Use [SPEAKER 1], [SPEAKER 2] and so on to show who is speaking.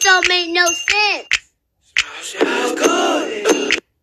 [SPEAKER 1] don't make no sense.